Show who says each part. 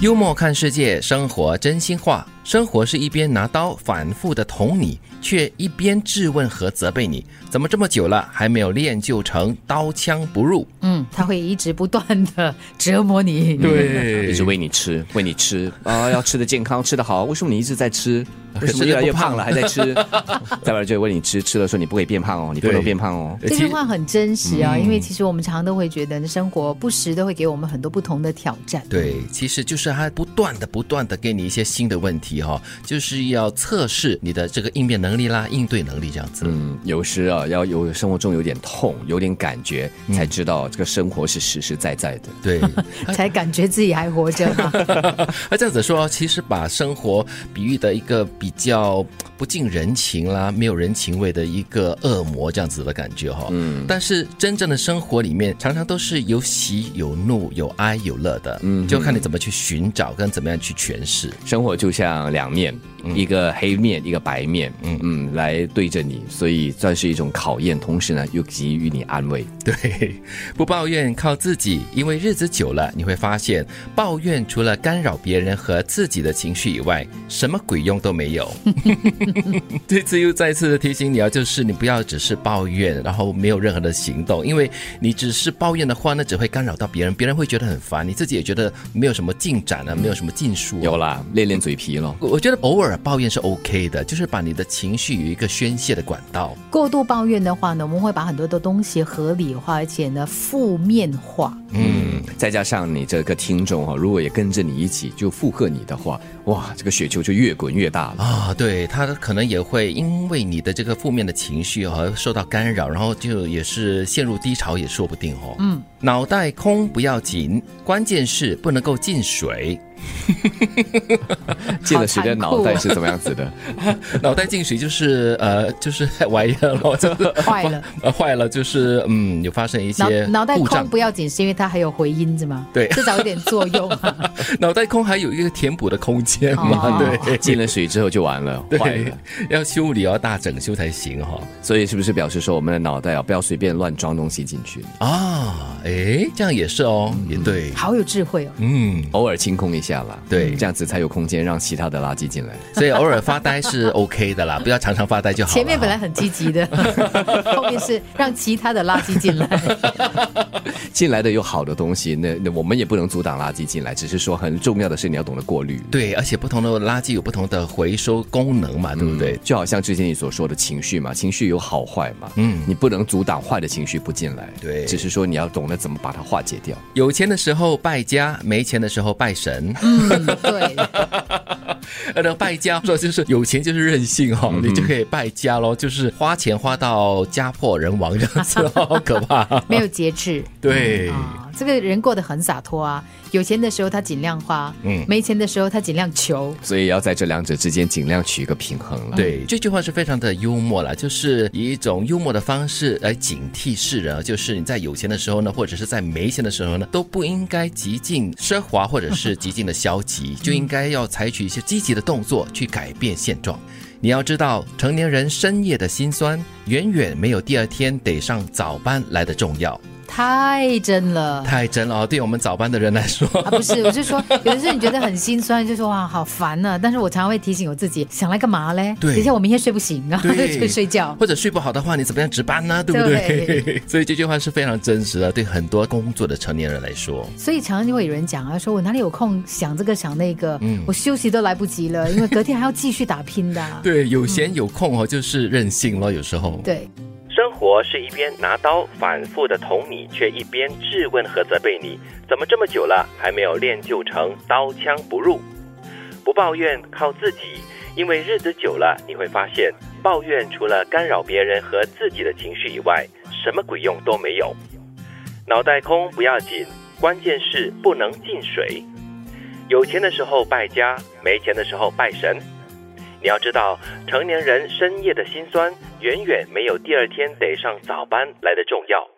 Speaker 1: 幽默看世界，生活真心话。生活是一边拿刀反复的捅你，却一边质问和责备你，怎么这么久了还没有练就成刀枪不入？
Speaker 2: 嗯，他会一直不断的折磨你。
Speaker 1: 对
Speaker 3: 一直喂你吃， 喂你吃啊，要吃的健康，吃的好。为什么你一直在吃？为什么越来越胖了还在吃？ 再不然就喂你吃，吃了说你不可以变胖哦，你不能
Speaker 1: 对
Speaker 3: 变胖哦。
Speaker 2: 这句话很真实啊，
Speaker 3: 嗯
Speaker 2: 因为其实我们常常都会觉得生活不时都会给我们很多不同的挑战。
Speaker 1: 对，其实就是他不断的、不断的给你一些新的问题哈、哦，就是要测试你的这个应变能力啦、应对能力这样子。
Speaker 3: 嗯，有时啊，要有生活中有点痛，有点感觉，才知道这个生活是实实在在的。
Speaker 1: 对，
Speaker 2: 才感觉自己还活着 嘛。
Speaker 1: 哎那这样子说，其实把生活比喻的一个比较不近人情啦、没有人情味的一个恶魔这样子的感觉哈、嗯，但是真正的生活里面，常常都是有喜有怒、有哀有乐的，嗯，就看你怎么去寻找跟怎么样去诠释。
Speaker 3: 生活就像两面，一个黑面，一个白面，嗯嗯，来对着你，所以算是一种考验，同时呢又给予你安慰。
Speaker 1: 对，不抱怨靠自己，因为日子久了，你会发现，抱怨除了干扰别人和自己的情绪以外，什么鬼用都没有。这次又再次的提醒你啊，就是你不要只是抱怨，然后没有任何的行动，因为你只是抱怨的话，那只会干扰到别人，别人会觉得很烦，你自己也觉得没有什么进展啊，没有什么进数、
Speaker 3: 有。啦，练练嘴皮咯。
Speaker 1: 我觉得偶尔抱怨是 OK 的，就是把你的情绪有一个宣泄的管道。
Speaker 2: 过度抱怨的话呢，我们会把很多的东西合理化，而且呢负面化。
Speaker 3: 嗯，再加上你这个听众哦，如果也跟着你一起就附和你的话，哇，这个雪球就越滚越大了。
Speaker 1: 啊、对他可能也会因为你的这个负面的情绪而受到干扰，然后就也是陷入低潮也说不定哦。嗯，脑袋空不要紧，关键是不能够进 水。
Speaker 3: 见了谁的
Speaker 2: 残酷
Speaker 3: 脑袋是怎么样子的？
Speaker 1: 脑袋进水就是呃就是 歪了咯，就是
Speaker 2: 坏了，
Speaker 1: 呃 坏了就是嗯有发生一
Speaker 2: 脑
Speaker 1: 些
Speaker 2: 脑袋
Speaker 1: 故
Speaker 2: 空
Speaker 1: 障。
Speaker 2: 不要紧，是因为它还有回音子嘛，
Speaker 1: 对
Speaker 2: 至少有点作用、 啊。
Speaker 1: 脑袋空还有一个填补的空间嘛，
Speaker 2: 哦
Speaker 1: 对。
Speaker 3: 嗯进了水之后就完了，坏
Speaker 1: 对
Speaker 3: 了。，
Speaker 1: 要修理要大整修才行哈、
Speaker 3: 所以是不是表示说我们的脑袋啊，不要随便乱装东西进去，
Speaker 1: 啊，诶，这样也是哦，
Speaker 2: 嗯
Speaker 1: 也对，
Speaker 2: 好有智慧哦。
Speaker 1: 嗯。
Speaker 3: 偶尔清空一下啦。
Speaker 1: 对
Speaker 3: 这样子才有空间让其他的垃圾进来。
Speaker 1: 所以偶尔发呆是 OK 的啦，不要常常发呆就好了。
Speaker 2: 前面本来很积极的， 后面是让其他的垃圾进来。
Speaker 3: 进来的有好的东西，那那我们也不能阻挡垃圾进来，只是说很重要的是你要懂得过滤。
Speaker 1: 对，而且不同的垃圾有不同的回收功能嘛，对不对？
Speaker 3: 就好像之前你所说的情绪嘛，情绪有好坏嘛，嗯，你不能阻挡坏的情绪不进来，
Speaker 1: 对
Speaker 3: 只是说你要懂得怎么把它化解掉。
Speaker 1: 有钱的时候拜家，没钱的时候拜神。
Speaker 2: 嗯， 对，
Speaker 1: 呃，那败家说就是有钱就是任性哈、你就可以败家咯，就是花钱花到家破人亡这样子、哦， 好可怕。
Speaker 2: 没有节制。
Speaker 1: 对，
Speaker 2: 啊，这个人过得很洒脱啊，有钱的时候他尽量花，
Speaker 1: 嗯
Speaker 2: 没钱的时候他尽量求。
Speaker 3: 所以要在这两者之间尽量取一个平衡了。
Speaker 1: 对，啊这句话是非常的幽默啦，就是以一种幽默的方式来警惕世人啊，就是你在有钱的时候呢，或者是在没钱的时候呢，都不应该极尽奢华或者是极尽的消极，就应该要采取一些积极的动作去改变现状。你要知道，成年人深夜的辛酸，远远没有第二天得上早班来的重要。
Speaker 2: 太真了。
Speaker 1: 太真了哦，对我们早班的人来说，
Speaker 2: 啊，不是，我是说，有的时候你觉得很心酸，就说哇，好烦呐、但是我常常会提醒我自己，想来干嘛嘞？
Speaker 1: 对
Speaker 2: 等一下我明天睡不醒啊，
Speaker 1: 对
Speaker 2: 就睡觉。
Speaker 1: 或者睡不好的话，你怎么样值班呢？对不对？ 所以这句话是非常真实的，对很多工作的成年人来说。
Speaker 2: 所以常常就会有人讲啊，说我哪里有空想这个想那个，
Speaker 1: 嗯
Speaker 2: 我休息都来不及了，因为隔天还要继续打拼的啊。
Speaker 1: 对，有闲有空哦，就是任性咯，有时候。
Speaker 2: 对，
Speaker 1: 生活是一边拿刀反复的捅你，却一边质问和责备你，怎么这么久了还没有练就成刀枪不入？不抱怨，靠自己，因为日子久了，你会发现，抱怨除了干扰别人和自己的情绪以外，什么鬼用都没有。脑袋空不要紧，关键是不能进水。有钱的时候败家，没钱的时候拜神。你要知道，成年人深夜的辛酸，远远没有第二天得上早班来的重要。